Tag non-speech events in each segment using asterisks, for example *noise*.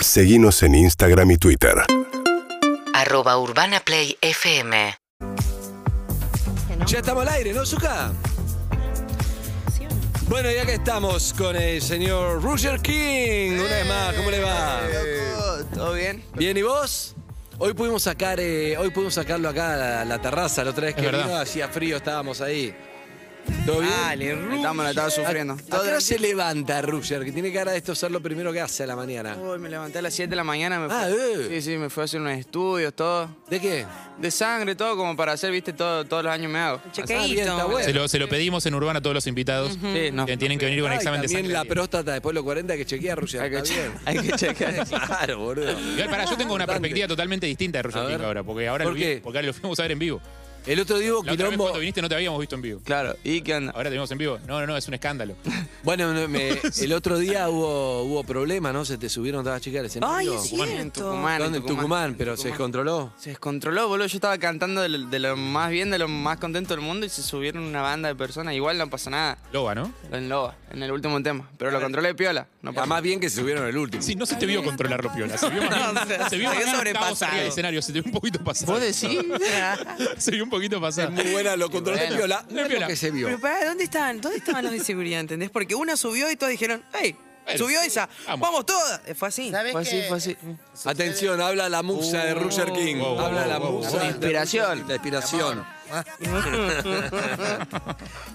Seguimos en Instagram y Twitter. Arroba Urbana Play FM. Ya estamos al aire, ¿no, Zuka? Bueno, ya que estamos con el señor Roger King. Una vez más, ¿cómo le va? ¿Todo bien? Bien, ¿y vos? Hoy pudimos sacar, eh, hoy pudimos sacarlo acá a la, la terraza, la otra vez que verdad. vino, hacía frío, estábamos ahí. ¿Todo bien? Dale, Estamos, la estaba sufriendo. ¿A qué hora se levanta Roger? Que tiene cara de esto ser lo primero que hace a la mañana. Uy, me levanté a las 7 de la mañana. Me Ah, fui- eh. Sí, sí, me fui a hacer unos estudios, todo. ¿De qué? De sangre, todo, como para hacer, viste, todo, todos los años me hago. Ah, bien, está bueno. Se lo, se lo pedimos en Urbana a todos los invitados Sí, no. que tienen que venir con Ay, examen de también sangre. la próstata después de los 40 que chequea Roger. Hay que, está che- bien. hay que checar. *laughs* Claro, boludo. Igual, pará, yo tengo una Importante. perspectiva totalmente distinta de A Roger ver. King ahora, porque ahora ¿Por lo, qué? vi- porque ahora lo fuimos a ver en vivo. El otro día hubo La otra vez quilombo. cuando viniste no te habíamos visto en vivo. Claro, ¿y qué onda? Ahora te vimos en vivo. No, no, no, es un escándalo. Bueno, no, me- *laughs* el otro día hubo, hubo problema, ¿no? Se te subieron todas las chicas al escenario. Ay, es Tucumán. En cierto. Tucumán. ¿Dónde? En Tucumán, pero se Tucumán. descontroló. Se descontroló, boludo. Yo estaba cantando de lo, de lo más bien, de lo más contento del mundo y se subieron una banda de personas. Igual no pasa nada. Loba, ¿no? En Loba, en el último tema. Pero lo controlé de piola. No pasa Más bien que se subieron el último. Sí, no se te vio controlar los piolas. Se vio más No, bien- se vio se- se más vio bien estábamos arriba sobrepasado. del escenario, se te vio un poquito pasado. ¿Vos decís? *laughs* *laughs* Se vio un poquito pasado. Muy buena, lo controló Bueno. de Piola. De Es Piola. lo que se vio. Pero pará, ¿dónde estaban? ¿Dónde estaban los de seguridad? ¿Entendés? Porque una subió y todos dijeron, ¡Ey! Bueno, subió esa, vamos. vamos, todas. Eh, Fue así. Fue así, fue así. Atención, habla la musa de Roger King. Uh, Wow, wow, habla la wow, wow, musa. wow. de Inspiración. La inspiración.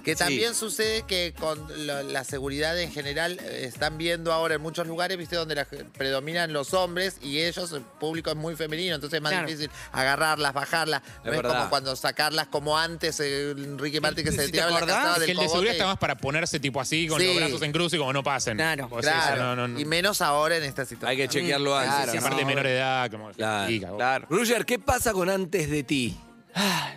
Que también sucede que con lo- la seguridad en general eh, están viendo ahora en muchos lugares, viste, donde la ge- predominan los hombres y ellos, el público es muy femenino, entonces es más Claro. difícil agarrarlas, bajarlas. No Es es, verdad. como cuando sacarlas como antes, eh, Enrique Martí que ¿Si se te tiraba la acordás? cascada Es del que el de cogote. seguridad está más para ponerse tipo así, con Sí. los brazos en cruz y como no pasen. Claro. Vos decís, Claro, no, no, no. y menos ahora en esta situación. Hay que chequearlo antes. Claro, Y aparte de menor edad, como. Claro, Chica, vos. Claro. Roger, ¿qué pasa con antes de ti?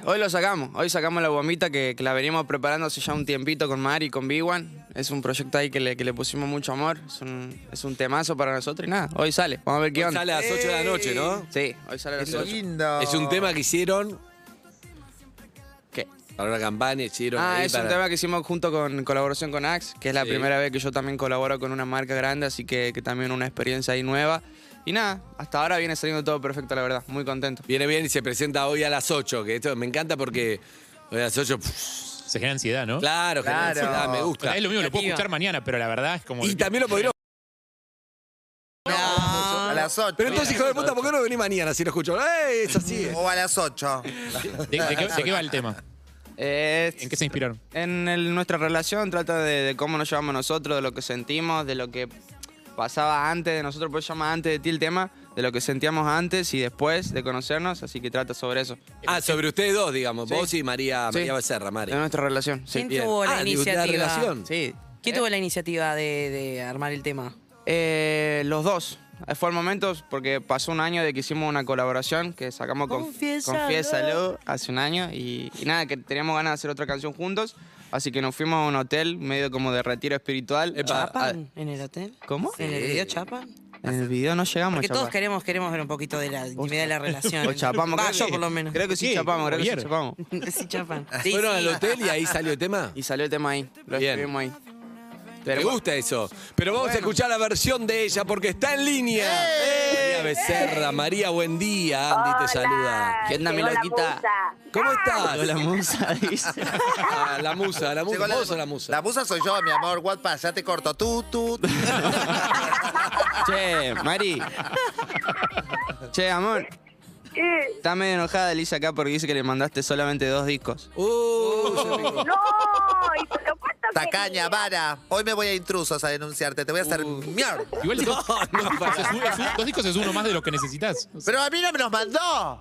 Hoy lo sacamos, hoy sacamos la bombita que, que la venimos preparando hace ya un tiempito con Mari y con B1. Es un proyecto ahí que le, que le pusimos mucho amor, es un, es un temazo para nosotros y nada, hoy sale, vamos a ver qué onda. Sale a las 8 de la noche, ¿no? Sí, hoy sale a las Qué 8. lindo. Es un tema que hicieron ¿Qué? para una campaña, hicieron. Ah, ahí es para- un tema que hicimos junto con colaboración con Axe, que es la Sí. primera vez que yo también colaboro con una marca grande, así que, que también una experiencia ahí nueva. Y nada, hasta ahora viene saliendo todo perfecto, la verdad, muy contento. Viene bien y se presenta hoy a las 8, que esto me encanta porque hoy a las 8, pff, Se genera ansiedad, ¿no? claro, genera Claro. ansiedad, me gusta. O sea, es lo mismo, lo puedo Creativa. escuchar mañana, pero la verdad es como. Y que- también lo podría... A las 8. Pero entonces, hijo de puta, ¿por qué no venís mañana si lo escucho? ¡Eh, es así! O a las 8. ¿De, de qué, de qué va el tema? Eh, ¿En qué se inspiraron? En el- nuestra relación trata de, de cómo nos llevamos nosotros, de lo que sentimos, de lo que pasaba antes de nosotros, pues llama antes de ti el tema, de lo que sentíamos antes y después de conocernos, así que trata sobre eso. Ah, sobre ustedes dos, digamos. Sí. Vos y María, Sí. María Becerra, Mari. De nuestra relación, sí. ¿Quién tuvo la Ah, de ustedes la iniciativa? relación. Sí. ¿Quién tuvo la iniciativa de, de armar el tema? Eh, los dos. Eh, Fue el momento porque pasó un año de que hicimos una colaboración que sacamos con Confiésalo. Confiésalo hace un año y, y nada, que teníamos ganas de hacer otra canción juntos, así que nos fuimos a un hotel medio como de retiro espiritual. Epa. A- a- ¿Chapan? ¿En el hotel? ah, ¿Cómo? ¿En el video chapan? En el video no llegamos. Porque todos chapa. queremos, queremos ver un poquito de la intimidad de *laughs* la relación. O chapamos, Va, creo yo que- por lo menos. Creo que sí, Ah, Sí, chapamos, creo que sí, ayer. chapamos. *laughs* sí, chapan. Sí, Ah, Fueron sí. al hotel y ahí salió el tema. *laughs* Y salió el tema ahí, lo Bien. escribimos ahí. Me bueno, gusta eso. Pero vamos a Bueno. escuchar la versión de ella porque está en línea. María Becerra, María, buen día. Andy te saluda. ¿Qué onda, mi loquita? ¿Cómo estás? La musa, dice. *laughs* Ah, la musa, la musa. Llegó ¿Vos o la musa? La musa soy yo, mi amor. What pasa? Ya te corto. Tú, tú. *laughs* tú. Che, Mari. Che, amor. Está medio enojada Elisa acá porque dice que le mandaste solamente dos discos. Uh, se picó. No, y te lo cuento Tacaña, querida. vara. Hoy me voy a intrusos a denunciarte. Te voy a hacer mierda. *laughs* Igual dos, *laughs* es un- es un- dos discos es uno más de lo que necesitas. O sea, Pero a mí no me los mandó.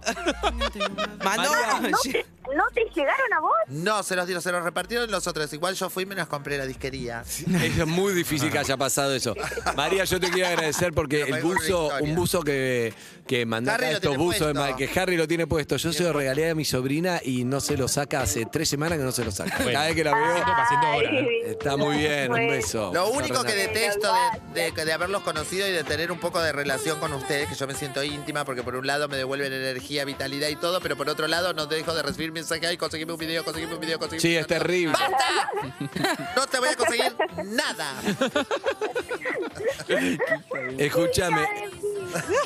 Mandó. ¿No te, no te llegaron a vos? No, se los dieron, se los repartieron los otros. Igual yo fui y me los compré en la disquería. Es muy difícil que haya pasado eso. María, yo te quiero agradecer porque Pero el fue una buzo, historia. un buzo que, que mandaste Harry a lo estos tiene buzos de puesto. ma- que Harry lo tiene puesto. Yo se lo regalé a mi sobrina y no se lo saca hace tres semanas que no se lo saca. Bueno. Cada vez que la Siento veo, paciente ahora, ¿no? está muy bien. Un Bueno. beso. Lo único que Fernanda. detesto de, de- de haberlos conocido y de tener un poco de relación con ustedes, que yo me siento íntima, porque por un lado me devuelven energía, vitalidad y todo, pero por otro lado no dejo de recibir mensajes, ay, conseguime un video, conseguime un video, conseguime Sí, un es video". terrible. ¡Basta! No te voy a conseguir nada. Escúchame. Hija de mí.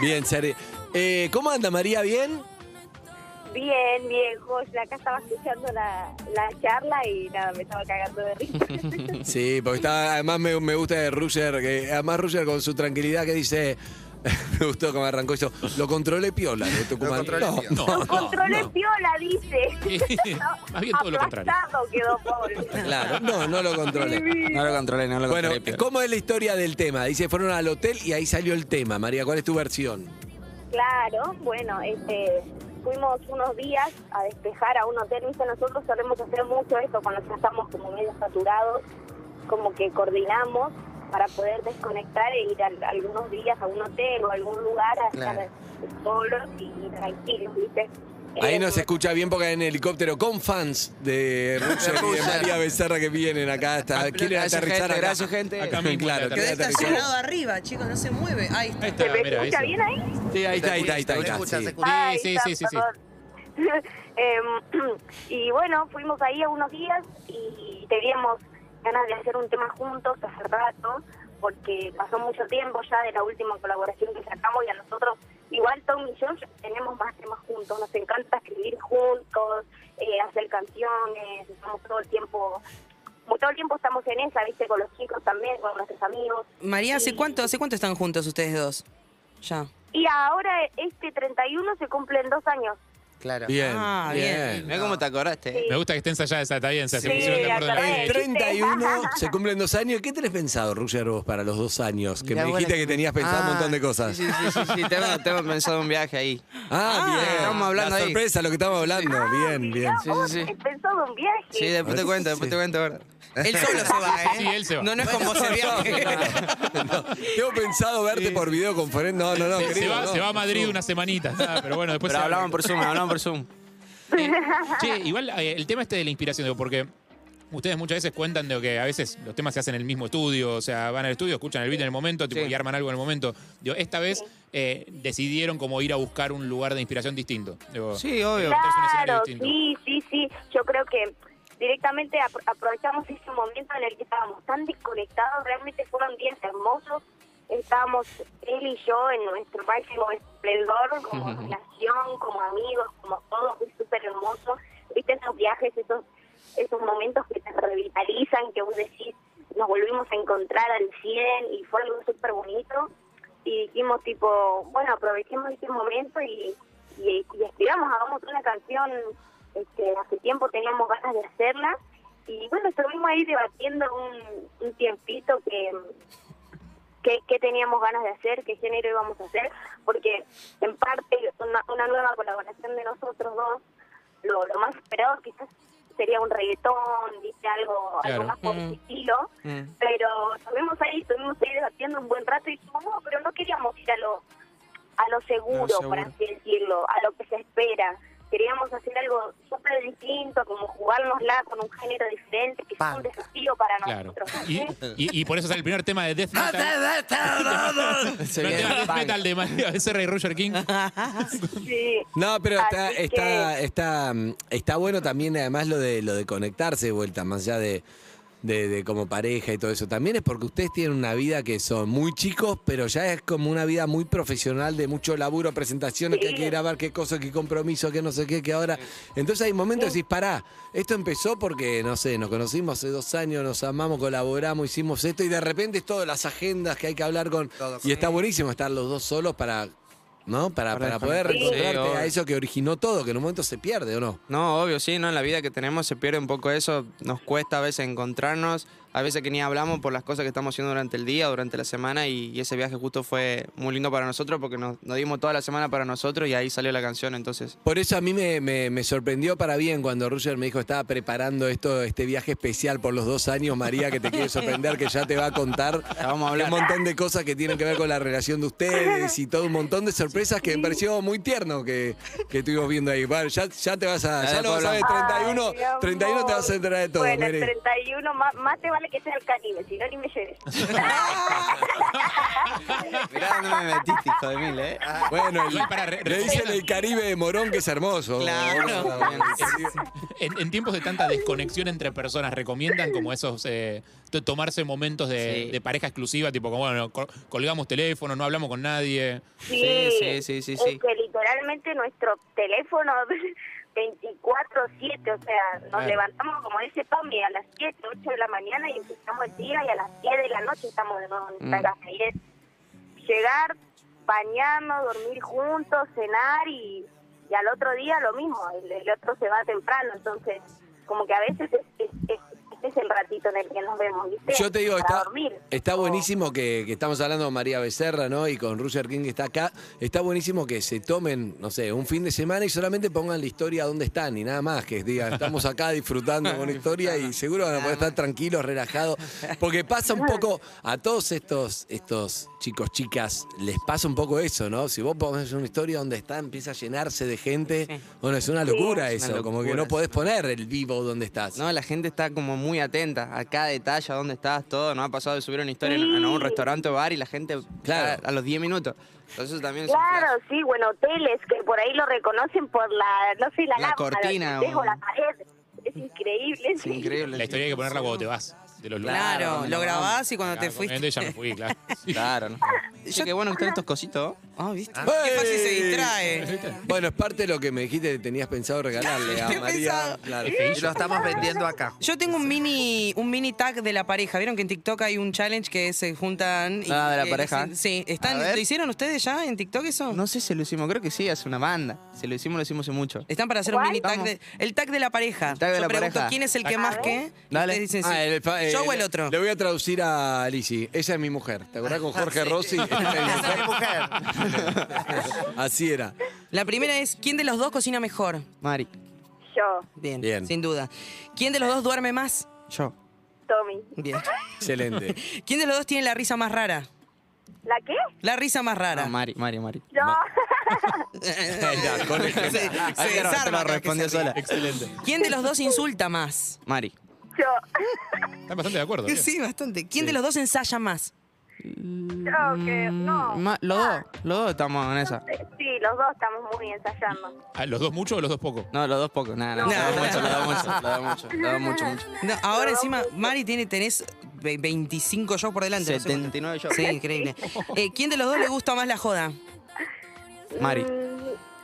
Bien, Sari. Eh, ¿Cómo anda María? ¿Bien? Bien, bien, José. Acá estaba escuchando la, la charla y nada, me estaba cagando *laughs* de risa. Sí, porque está, además me, me gusta de Ruger, que además Ruger con su tranquilidad que dice, *laughs* me gustó cómo arrancó esto, lo controlé piola, lo Tucumán. controlé No, piola. no, Lo *laughs* controlé piola, dice. *laughs* Más bien todo lo contrario. Aplastado quedó Pablo. Claro, no, no lo controlé. No lo controlé, no lo Bueno, controlé. pero- ¿cómo es la historia del tema? Dice, fueron al hotel y ahí salió el tema. María, ¿cuál es tu versión? Claro, bueno, este, fuimos unos días a despejar a un hotel. Dice, nosotros solemos hacer mucho esto cuando ya estamos como medio saturados, como que coordinamos para poder desconectar e ir al- algunos días a un hotel o a algún lugar a Claro. estar solos y, y tranquilos, ¿viste? Ahí Eh, nos escucha bien porque hay en helicóptero con fans de Ruger y de Ruger. María Becerra que vienen acá hasta. Quieren Gracias, aterrizar gente, acá. gracias, gente. Acá mismo Claro, en la quieren Quedé terraza. aterrizar. estacionado arriba, chicos, no se mueve. Ahí Ahí está. está, ¿Se me mira, escucha eso. bien ahí? Sí, ahí está, ahí está, ahí está. ¿Se ahí está, escucha? sí. ¿Se escucha? Ay, sí, está, sí, sí, sí. perdón. *laughs* Em, *clears throat* y bueno, fuimos ahí a unos días y teníamos ganas de hacer un tema juntos hace rato, porque pasó mucho tiempo ya de la última colaboración que sacamos y a nosotros, igual Tom y yo ya tenemos más temas juntos, nos encanta escribir juntos, eh, hacer canciones, estamos todo el tiempo... Todo el tiempo estamos en esa, ¿viste? Con los chicos también, con nuestros amigos. María, ¿hace Y- cuánto, ¿hace cuánto están juntos ustedes dos? Ya. Y ahora, este 31 se cumplen dos años. Claro. Bien, Ah, bien. Mirá cómo te acordaste. eh. Me gusta que estén ensayadas esa, está bien, se Sí, pusieron de acuerdo en la acordé. fecha. El 31 se cumplen dos años. ¿Qué tenés pensado, Ruger, vos para los dos años? Que Mirá, me buena dijiste que que- tenías pensado un Ah, montón de cosas. Sí, sí, sí, sí, sí, tengo, tengo pensado un viaje ahí. Ah, bien. Estamos hablando La ahí. sorpresa, lo que estamos hablando. bien, bien. Sí, sí, sí. He pensado un viaje. Sí, después Ah, te cuento, después te cuento ahora. Él solo *laughs* se va, ¿eh? Sí, él se va. No, no es con vos el viaje. No, tengo pensado verte por videoconferencia. No, no, no, Se- se, querido, va, no. se va a Madrid una semanita, ah, pero bueno, después Pero se hablamos por Zoom, hablamos por Zoom. Eh, che, igual eh, el tema este de la inspiración, digo, porque ustedes muchas veces cuentan de que a veces los temas se hacen en el mismo estudio, o sea, van al estudio, escuchan el beat en el momento tipo, Sí. y arman algo en el momento. Digo, esta vez eh, decidieron como ir a buscar un lugar de inspiración distinto. Digo, Sí, obvio. Entonces, un escenario Claro, distinto. sí, sí, sí. Yo creo que directamente apro- aprovechamos ese momento en el que estábamos tan desconectados. Realmente fueron días hermosos. Estábamos él y yo en nuestro máximo esplendor, como relación, como amigos, como todo. Fue súper hermoso. Viste esos viajes, esos, esos momentos que te revitalizan, que vos decís, nos volvimos a encontrar al 100 y fue algo súper bonito. y dijimos tipo, bueno, aprovechemos este momento y, y, y escribamos, hagamos una canción, este, hace tiempo teníamos ganas de hacerla y bueno, estuvimos ahí debatiendo un, un tiempito que, que, que teníamos ganas de hacer, qué género íbamos a hacer, porque en parte una, una nueva colaboración de nosotros dos, lo, lo más esperado quizás sería un reggaetón, dice algo, Claro. algo más por el estilo, pero estuvimos ahí, estuvimos ahí debatiendo un buen rato y dijimos, no, pero no queríamos ir a lo, a lo seguro, A lo seguro. por así decirlo, a lo que se espera. Queríamos hacer algo súper distinto, como jugárnosla con un género diferente, que sea un Punk. desafío para Claro. nosotros. Y, ¿sí? y- y por eso es el primer tema de Death Se viene Metal. No, el tema de el Death punk. Metal de María Becerra y Roger King. Sí. No, pero está, Así que- está, está, mm, está bueno también además lo de lo de conectarse de vuelta, más allá de, de, de como pareja y todo eso. También es porque ustedes tienen una vida que son muy chicos, pero ya es como una vida muy profesional de mucho laburo, presentaciones que hay que Sí. grabar, qué cosas, qué compromiso, qué no sé qué, que ahora. Entonces hay momentos que decís, pará, esto empezó porque, no sé, nos conocimos hace dos años, nos amamos, colaboramos, hicimos esto, y de repente es todas las agendas que hay que hablar con. Todo y está buenísimo estar los dos solos para. ¿No? Para, para, Para poder desconectar. Sí, reencontrarte obvio. a eso que originó todo, que en un momento se pierde, ¿o no? No, obvio, sí, no, en la vida que tenemos se pierde un poco eso, nos cuesta a veces encontrarnos, a veces que ni hablamos por las cosas que estamos haciendo durante el día, durante la semana y, y ese viaje justo fue muy lindo para nosotros porque nos, nos dimos toda la semana para nosotros y ahí salió la canción, entonces... Por eso a mí me, me- me sorprendió para bien cuando Roger me dijo estaba preparando esto, este viaje especial por los dos años, María, que te quiere sorprender, que ya te va a contar Ya vamos a hablar. un montón de cosas que tienen que ver con la relación de ustedes y todo un montón de sorpresas que me pareció muy tierno que, que estuvimos viendo ahí. Bueno, ya, ya te vas a... Ya Ya lo vas a ver, después hablamos. 31, Ay, mi amor. 31 te vas a enterar de todo, Bueno, Mary. el 31, más, más te vale que sea el caribe, si no ni me lleves. *laughs* *laughs* Mirá dónde me metiste, hijo de mil, ¿eh? Bueno, el- Igual, pará, re- le dicen el Caribe de Morón que es hermoso. Claro. Bueno, en, en tiempos de tanta desconexión entre personas, ¿recomiendan como esos eh, to- tomarse momentos de, Sí. de pareja exclusiva? Tipo, como bueno, col- colgamos teléfono, no hablamos con nadie. Sí, sí, sí, sí, sí. Es que literalmente nuestro teléfono *laughs* 24-7, o sea, nos Claro. levantamos como dice Tommy a las 7, 8 de la mañana y empezamos el día y a las 10 de la noche estamos de nuevo en nuestra Mm. casa. Y es llegar, bañarnos, dormir juntos, cenar y, y al otro día lo mismo, el, el otro se va temprano, entonces como que a veces es, es- es- este es el ratito en el que nos vemos, ¿viste? Yo te digo, Para está, dormir. está O- buenísimo que, que estamos hablando con María Becerra, ¿no? Y con Roger King que está acá. Está buenísimo que se tomen, no sé, un fin de semana y solamente pongan la historia donde están y nada más. Que digan, estamos acá disfrutando con la historia y seguro van a poder estar tranquilos, relajados. Porque pasa un poco, a todos estos, estos chicos, chicas, les pasa un poco eso, ¿no? Si vos pones una historia donde está, empieza a llenarse de gente. Bueno, es una locura Es eso. una como que locura, no sí. podés poner el vivo donde estás. No, la gente está como muy atenta a cada detalle, a dónde estás, todo. No ha pasado de subir una historia en, en un restaurante o bar y la gente Claro. a, a los 10 minutos. Entonces también es un flash. Claro, sí, bueno, hoteles que por ahí lo reconocen por la, no sé, la, La lámpara, cortina, el espejo, o- la pared. Es increíble. Es increíble. La historia hay que ponerla cuando te vas de los lugares. Claro, Claro, cuando lo vamos. grabás y cuando te Claro, obviamente fuiste. ya me fui, claro. Sí. Claro, no. *laughs* Yo qué bueno que están estos cositos. Ah, ¿viste? ¡Ey! Qué fácil se distrae. Bueno, es parte de lo que me dijiste que tenías pensado regalarle a *laughs* Estoy María. pensado. Claro. Y lo estamos vendiendo acá. Yo tengo un mini, un mini tag de la pareja. ¿Vieron que en TikTok hay un challenge que se juntan? Ah, de la eh, pareja. Sí. ¿Están, A ver. ¿Lo hicieron ustedes ya en TikTok eso? No sé si lo hicimos, creo que sí, hace una banda. Si lo hicimos, lo hicimos hace mucho. Están para hacer un ¿Cuál? mini tag Vamos. de, el tag de la pareja. El tag de Yo la pregunto pareja. quién es el que A más ver. qué. Dale. Ustedes dicen, sí. Ah, el fa- eh, Yo o el le- otro. Le voy a traducir a Lizzy. Ella es mi mujer. ¿Te acordás con Jorge Rossi? Esa es mi mujer. *laughs* Así era. La primera es quién de los dos cocina mejor. Mari, Yo, Bien, Bien. sin duda. ¿Quién de los dos duerme más? yo. Tommy. Bien. Excelente. ¿Quién de los dos tiene la risa más rara? ¿La qué? La risa más rara. No, *laughs* Mari, Mari, Mari. Yo. Ya, con el- *laughs* Se- se Ahí te lo- te desarma lo cada que respondió se ríe. sola. Excelente. ¿Quién de los dos insulta más? Mari. *laughs* Yo. Están bastante de acuerdo. bien. Sí, bastante. ¿Quién de los dos ensaya más? Yo, que no. Mm, Ma- los dos, los dos estamos en esa. Sí, los dos estamos muy ensayando. Ah, ¿Los dos mucho o los dos poco? No, los dos poco, nada, nada. No. Lo dos mucho, lo dos mucho, lo dos mucho, lo dos mucho, mucho. No, ahora encima, Mari, tiene, tenés ve- 25 shows por delante. no sé cuánto. 79 yo. Sí, increíble. Eh, ¿Quién de los dos le gusta más la joda? Mari. Mm,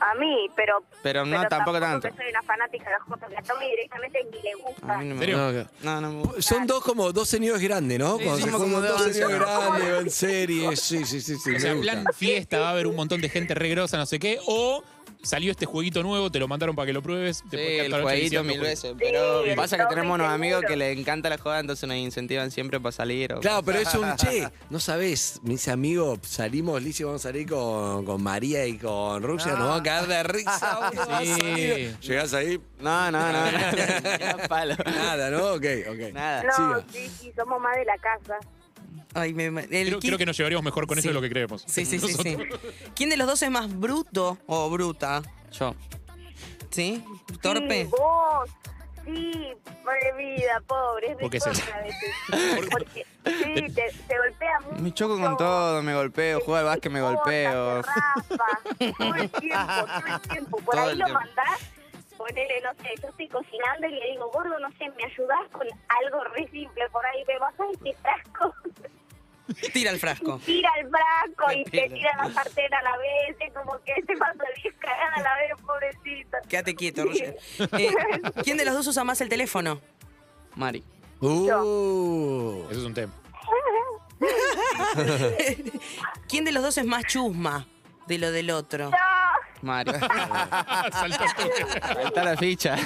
A mí, pero. Pero no, tampoco tanto. que soy una fanática de los Jotos, que a Tommy directamente ni le gusta. A mí no ¿En me serio? gusta. No, que- No, no me gusta. Son dos como dos señores grandes, ¿no? Sí, Cuando sí, se como juntan dos dos señores ancianos. grandes, van series. Sí, sí, sí, sí. O sea, me en gusta. plan fiesta, va a haber un montón de gente regrosa, no sé qué. O salió este jueguito nuevo, te lo mandaron para que lo pruebes. te Sí, puedes quedar el toda la noche jueguito diciendo, mil "Jue- veces. Pero Sí, pasa que no, tenemos unos seguro. amigos que les encanta la joda, entonces nos incentivan siempre para salir. o- Claro, pero es un che. No sabés, mis amigos, salimos, Lizzy, vamos a salir con, con María y con Rusia, nos vamos a caer de risa. boludo, vas a Sí. salir. Llegás ahí, No, no, *laughs* no. no. Ya, palo. nada, ¿no? Ok, ok. *laughs* Nada. No, Siga. sí, sí, somos más de la casa. Ay, me, me- el Creo, qui- creo que nos llevaríamos mejor con Sí. eso de lo que creemos. Sí, sí, sí, sí. Nosotros. ¿Quién de los dos es más bruto Oh, o bruta? Yo. ¿Sí? ¿Torpe? Sí, vos. Sí, pobre vida, pobre. ¿Por qué es pobre eso? a *laughs* veces. Porque, sí, te, te golpea mucho. Me choco con todo, me golpeo, juego al básquet, me golpeo. Te *laughs* raspa, Todo el tiempo, todo el tiempo. Por Todo ahí el lo tiempo. mandás, ponele, no sé, yo estoy cocinando y le digo, gordo, no sé, me ayudás con algo re simple. Por ahí me vas y te frasco, Tira el frasco. *laughs* tira el braco y te Mentira. tira la sartén a la vez. Es como que se pasa 10 cagadas a la vez, *laughs* pobrecita. Quédate quieto, Roger. Eh, ¿Quién de los dos usa más el teléfono? Mari. Uh. Eso es un *laughs* tema. ¿Quién de los dos es más chusma de lo del otro? *laughs* Mari. Salta el toque. Ahí está la ficha.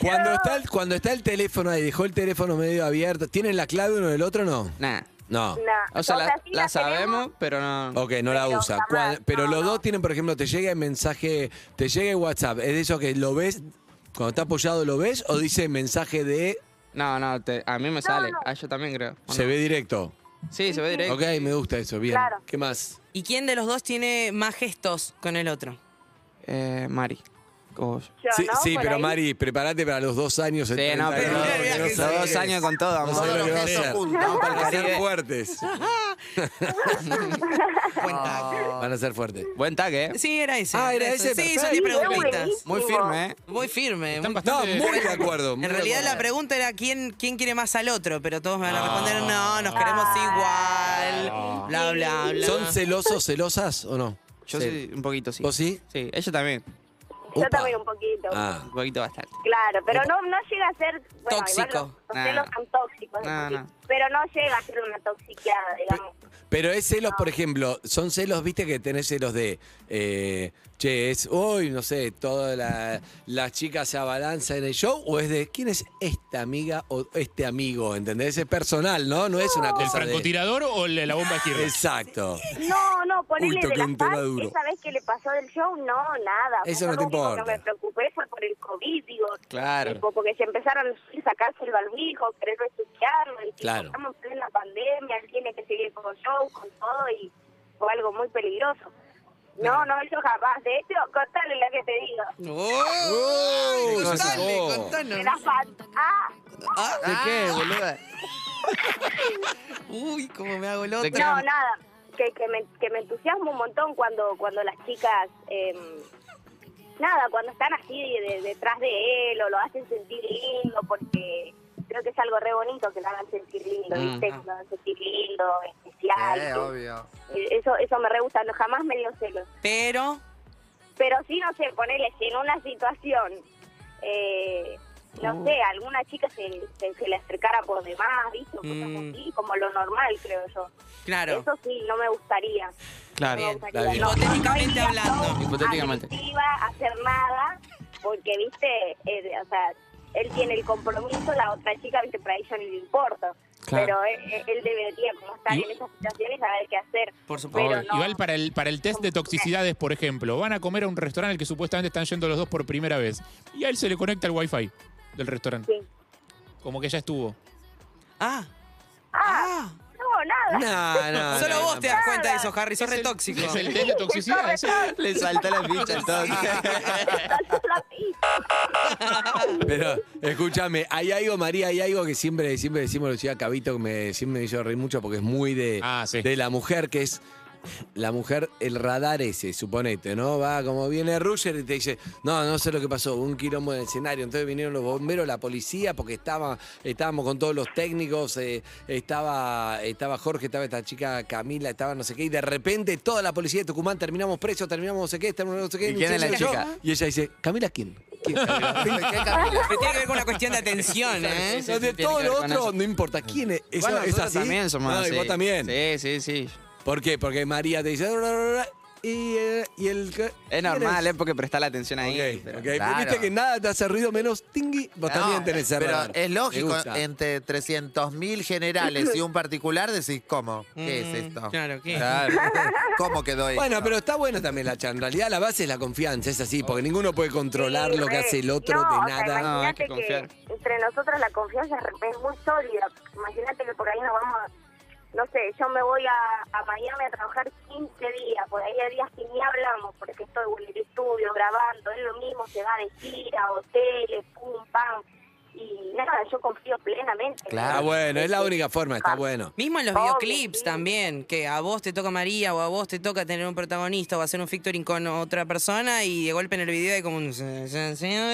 Cuando está, el, cuando está el teléfono ahí, dejó el teléfono medio abierto, ¿tienen la clave uno del otro o no? *laughs* Nah. No. No, O sea, la, sí la tenemos, sabemos, pero no. Ok, no la Pero usa. jamás, Cuan- pero no, los no. dos tienen, por ejemplo, te llega el mensaje, te llega el WhatsApp. ¿Es de eso que lo ves, cuando está apoyado lo ves o dice mensaje de... No, no, te- a mí me sale. no. A yo también creo. ¿o Se no? ve directo. Sí, se ve directo. Ok, me gusta eso, bien. Claro. ¿Qué más? ¿Y quién de los dos tiene más gestos con el otro? Eh, Mari. O yo. yo, sí, ¿no? sí, Por pero ahí. Mari, prepárate para los dos años. Sí, el no, 30, pero no, los no dos sabes. años con todo, No vamos. sabes lo Todos que los va a gestos hacer. juntos. Vamos para el Hay que ser Caribe. fuertes. Ah. Cuenta. Van a ser fuertes. Buen tag, ¿eh? Sí, era ese. Ah, era eso. ese, Sí, son perfecto. 10 Fue preguntitas. Muy buenísimo. firme, ¿eh? Voy firme. Están muy- No, bastante. muy de acuerdo. muy En de realidad acuerdo. la pregunta era quién, quién quiere más al otro, pero todos me van a responder, no, nos Ah. queremos igual, bla, bla, bla. ¿Son celosos, celosas o no? Yo Sí. sí, un poquito sí. ¿Vos sí? Sí, ella también. Upa. Yo también un poquito. Ah. Un poquito bastante. Claro, pero no, no llega a ser... Bueno, Tóxico. Igual los- los Nah. celos son tóxicos. Nah, así, nah. Pero no llega a ser una toxiqueada, *laughs* digamos. Pero es celos, Ah. por ejemplo, son celos, viste, que tenés celos de. eh, che, es. Uy, no sé, todas la- las chicas se abalanzan en el show, o es de quién es esta amiga o este amigo, ¿entendés? Es personal, ¿no? No es una ¿El cosa. de- francotirador o el de la bomba de Hitler? Exacto. No, no, ponele toqué de las un tema paz, duro. esa vez que le pasó del show, no, nada. Eso Fue no te lo único importa. que me preocupé fue por el COVID, digo. Claro. tipo, porque se empezaron a sacarse el barbijo, querer estudiarlo, y tipo, Claro. estamos en plena pandemia, él tiene que seguir con show, con todo, y fue algo muy peligroso. No, no, eso jamás. De hecho, contale lo que te digo. ¡Oh! Uy, contale, no sé. De contanos. la fan. Ah, Ah, ¿De qué, boluda? uy, cómo me hago el otro. ¿De qué? no, nada. Que, que, me, que me entusiasma un montón cuando, cuando las chicas... em, nada, cuando están así de- de- detrás de él o lo hacen sentir lindo, porque creo que es algo re bonito que lo hagan sentir lindo, Ah, ¿viste? Que lo hagan sentir lindo, especial. Eh, que- obvio. Eh, Eso, eso me re gusta, no, jamás me dio celos. Pero, Pero sí, no sé, ponele, si en una situación, eh, no sé, alguna chica se, se, se le acercara por demás, ¿viste? O cosas Mm. así, como lo normal, creo yo. claro. Eso sí, no me gustaría. Claro. No me gustaría. Está bien. Hipotéticamente No, no iría hablando. yo Hipotéticamente. agresiva a hacer nada, porque, ¿viste? Eh, o sea, él tiene el compromiso, la otra chica, ¿viste? Para ella no le importa. Claro. Pero él, él debería como estar Y- en esas situaciones, saber qué hacer. Por supuesto. Pero no. Igual para el, para el test de toxicidades, por ejemplo, van a comer a un restaurante al que supuestamente están yendo los dos por primera vez. Y a él se le conecta el wifi del restaurante. Sí. Como que ya estuvo. Ah, Ah, ah. no, nada. No, no. Solo Ah, no, vos no. te das cuenta de eso, Harry, sos re el- tóxico. Es *laughs* el test de toxicidad. eso. Le saltó la ficha *laughs* entonces. Pero, escúchame, hay algo, María, hay algo que siempre, siempre decimos, Lucía Cabito, que me, siempre me hizo reír mucho porque es muy de, Ah, sí. de la mujer, que es la mujer, el radar ese, suponete, ¿no? Va como viene Ruger y te dice, no, no sé lo que pasó, un quilombo en el escenario. Entonces vinieron los bomberos, la policía, porque estaba, estábamos con todos los técnicos, eh, estaba, estaba Jorge, estaba esta chica Camila, estaba no sé qué, y de repente toda la policía de Tucumán terminamos presos, terminamos no sé qué, terminamos no sé qué. ¿Y quién es la yo, yo, chica? Y ella dice, ¿Camila quién? *laughs* ¿Quién? ¿Qué, Camila? Que tiene que ver con una cuestión de atención, ¿eh? Sí, No, sí, de tiene todo que ver lo con otro, eso. no importa quién es. Eso Bueno, es nosotros así. también somos No, y así. vos también. Sí, sí, sí. ¿Por qué? Porque María te dice. "Ra, ra, ra", Y, eh, y el. que- Es normal, ¿eh? Porque prestá la atención ahí. Ok, pero- ok. claro. Viste que nada te hace ruido menos tingui. Vos No, también eh, tenés ese Pero radar. es lógico, Me gusta. entre 300.000 generales y un particular decís, ¿cómo? ¿Qué es Mm, esto? Claro, ¿qué? Claro. ¿Cómo quedó *laughs* esto? Bueno, pero está buena también la chan. En realidad la base es la confianza, es así, porque ninguno puede controlar Sí, lo que re. hace el otro No, o de sea, nada. No, hay que imagínate confiar. que entre nosotros la confianza es re- es muy sólida. Imagínate que por ahí nos vamos, no sé, yo me voy a, a Miami a trabajar 15 días, por ahí hay días que ni hablamos, porque estoy en el estudio grabando, es lo mismo, se va de gira, hoteles, pum, pam. Y nada, yo confío plenamente. Ah, Está Ah, bueno, es la única forma, está bueno. Mismo en los Obvio, videoclips sí. también, que a vos te toca María o a vos te toca tener un protagonista o hacer un featuring con otra persona y de golpe en el video hay como un...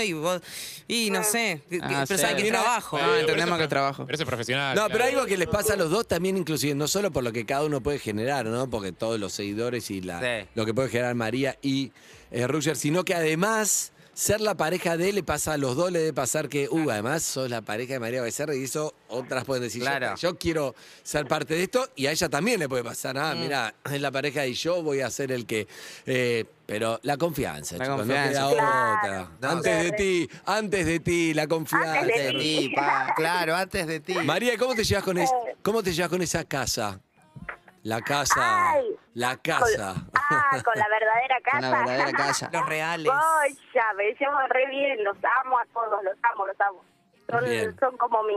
y vos... Y no sé, que- que- Ah, sí. pero sabes que Mira, trabajo. No, entendemos Pero que ese- el trabajo. Pero ese es profesional. No, pero claro. algo que les pasa a los dos también, inclusive, no solo por lo que cada uno puede generar, ¿no? Porque todos los seguidores y la, Sí. lo que puede generar María y eh, Ruger, sino que además ser la pareja de él le pasa a los dos, le debe pasar que, uh, además sos la pareja de María Becerra y eso otras pueden decir, yo- Claro. yo, quiero ser parte de esto y a ella también le puede pasar, Mm. ah, mira, es la pareja y yo voy a ser el que... eh, pero la confianza, La chicos, no confianza. queda Claro. otra. antes de ti, antes de ti, la confianza. Antes de Antes de ti, pa. Claro, antes de ti. María, ¿cómo te llevas con es- Eh. cómo te llevas con esa casa? La casa. Ay. la Con- casa. ah, con la verdadera casa. Con la verdadera casa. Los reales. Goya, me llevo re bien, los amo a todos, los amo, los amo. Son, Bien. son como mi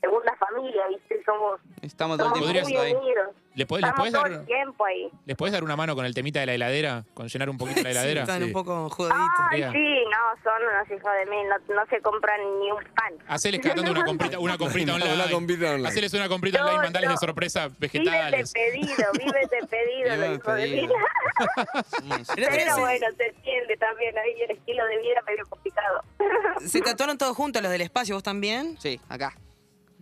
segunda familia, ¿viste? Somos, Estamos todo el somos tiempo muy Podrías- juntos ahí. unidos. ¿Le podés- ¿Les Estamos podés todo dar, el tiempo ahí. ¿les podés dar una mano con el temita de la heladera? ¿Con llenar un poquito la heladera? Están un poco jodiditos. Ay, Bien. sí, no, son unos hijos de mí, no, no se compran ni un pan. Haceles cada tanto una comprita, una *laughs* comprita Una online. comprita online. Haceles una comprita No, online, mandales no. de sorpresa Vives de vegetales. pedido, vives de *laughs* pedido, los Viven hijos de mí. pedido. *laughs* Mm, sí. El otro día Pero se- bueno, se entiende también, ahí el estilo de vida medio complicado. *laughs* Se tatuaron todos juntos los del espacio, ¿vos también? Sí, acá.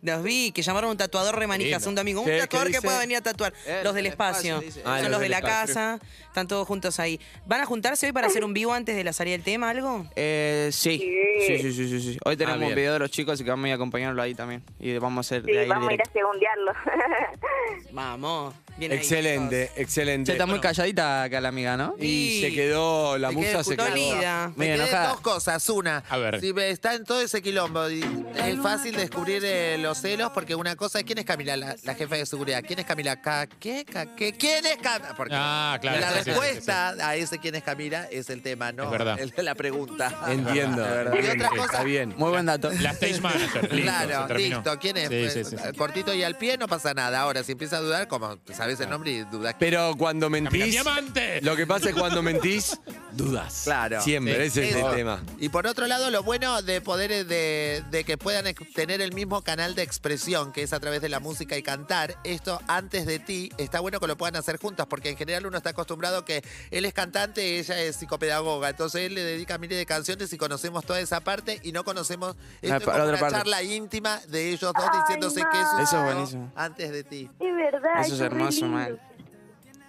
Los vi, que llamaron a un tatuador remanija hace un domingo. Un Sí, ¿qué tatuador que dice? pueda venir a tatuar. Eh, los del el espacio, espacio. dice. Ah, Son los los de del la espacio. casa. Están todos juntos ahí. ¿Van a juntarse hoy para hacer un vivo antes de la salida del tema, algo? Eh, sí. Sí, sí, sí, sí, sí. Hoy tenemos Ah, bien. un video de los chicos, así que vamos a ir a acompañarlo ahí también. Y vamos a hacer de Sí, ahí vamos a ir a directo. segundearlo. *laughs* Vamos. Bien ahí, Excelente, excelente. Che, está muy calladita acá la amiga, ¿no? Y Sí. se quedó, la Me musa quedé se chicos. quedó. Dolida. Me Mira, quedé enojada. dos cosas. Una, A ver. si me- está en todo ese quilombo, y es fácil descubrir eh, los celos porque una cosa es quién es Camila, la, la jefa de seguridad. ¿Quién es Camila? ¿Ca- ¿Qué? ¿Ca- qué? ¿Quién es Camila? Porque Ah, claro. la sí, sí, sí, sí. respuesta a ese quién es Camila es el tema, ¿no? Es verdad. el- la pregunta. *laughs* Entiendo, Es verdad. entiendo, Y otra está cosa, bien. Muy buen dato. La stage manager. Listo, se claro, terminó. listo. ¿Quién es? Sí, sí, sí. Eh, Cortito y al pie no pasa nada. Ahora, si empieza a dudar, como sabes el nombre y dudas. Pero cuando Camila, mentís, diamante. lo que pasa es cuando mentís, dudas. Claro. Siempre, ese es el Eso. tema. Y por otro lado, lo bueno de poder eh, de, de que puedan ex- tener el mismo canal de expresión, que es a través de la música y cantar, esto antes de ti, está bueno que lo puedan hacer juntas, porque en general uno está acostumbrado que él es cantante y ella es psicopedagoga, entonces él le dedica miles de canciones y conocemos toda esa parte y no conocemos esto La es pa- la como otra una parte. charla íntima de ellos dos Ay, diciéndose no. que Eso eso es buenísimo. antes de ti. Es verdad. Eso es re hermoso, lindo. man.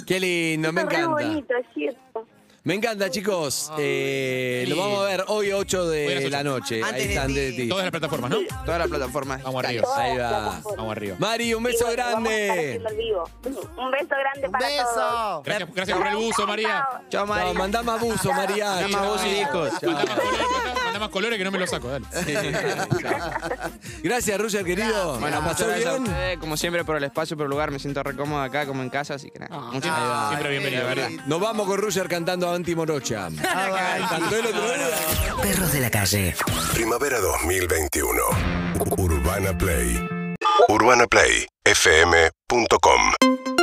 Qué lindo, me Eso es re encanta. bonito, es cierto. Me encanta, chicos. Eh, qué lo vamos a ver hoy 8 Hoy a las de ocho. la noche. Ahí Antes de está, ti. antes de ti. Todas las plataformas, ¿no? Toda la plataforma. Vamos arriba. Todas Ahí las va. plataformas. Vamos arriba. Mari, un Y beso bueno, vamos a estar grande. haciendo el vivo. Un beso grande ¡Un para todos. beso! Gracias, gracias por el buzo, María. Chao. Chao, Mari. No, mandá más buzo, María. Mandá más buzo y discos. Chao. Mandá más colores, mandá más colores que no me lo saco, dale. Gracias, Roger, querido. Bueno, ¿La pasó muchas gracias a bien? ustedes, como siempre, por el espacio, por el lugar. Me siento re cómodo acá, como en casa, así que nada. muchas gracias. Ah, va. Siempre bienvenido, ¿verdad? Nos vamos con Roger cantando Avanti Morocha. Ah, Cantó el otro día. Perros de la calle. Primavera 2021. Urbana Play. UrbanaPlayFM.com.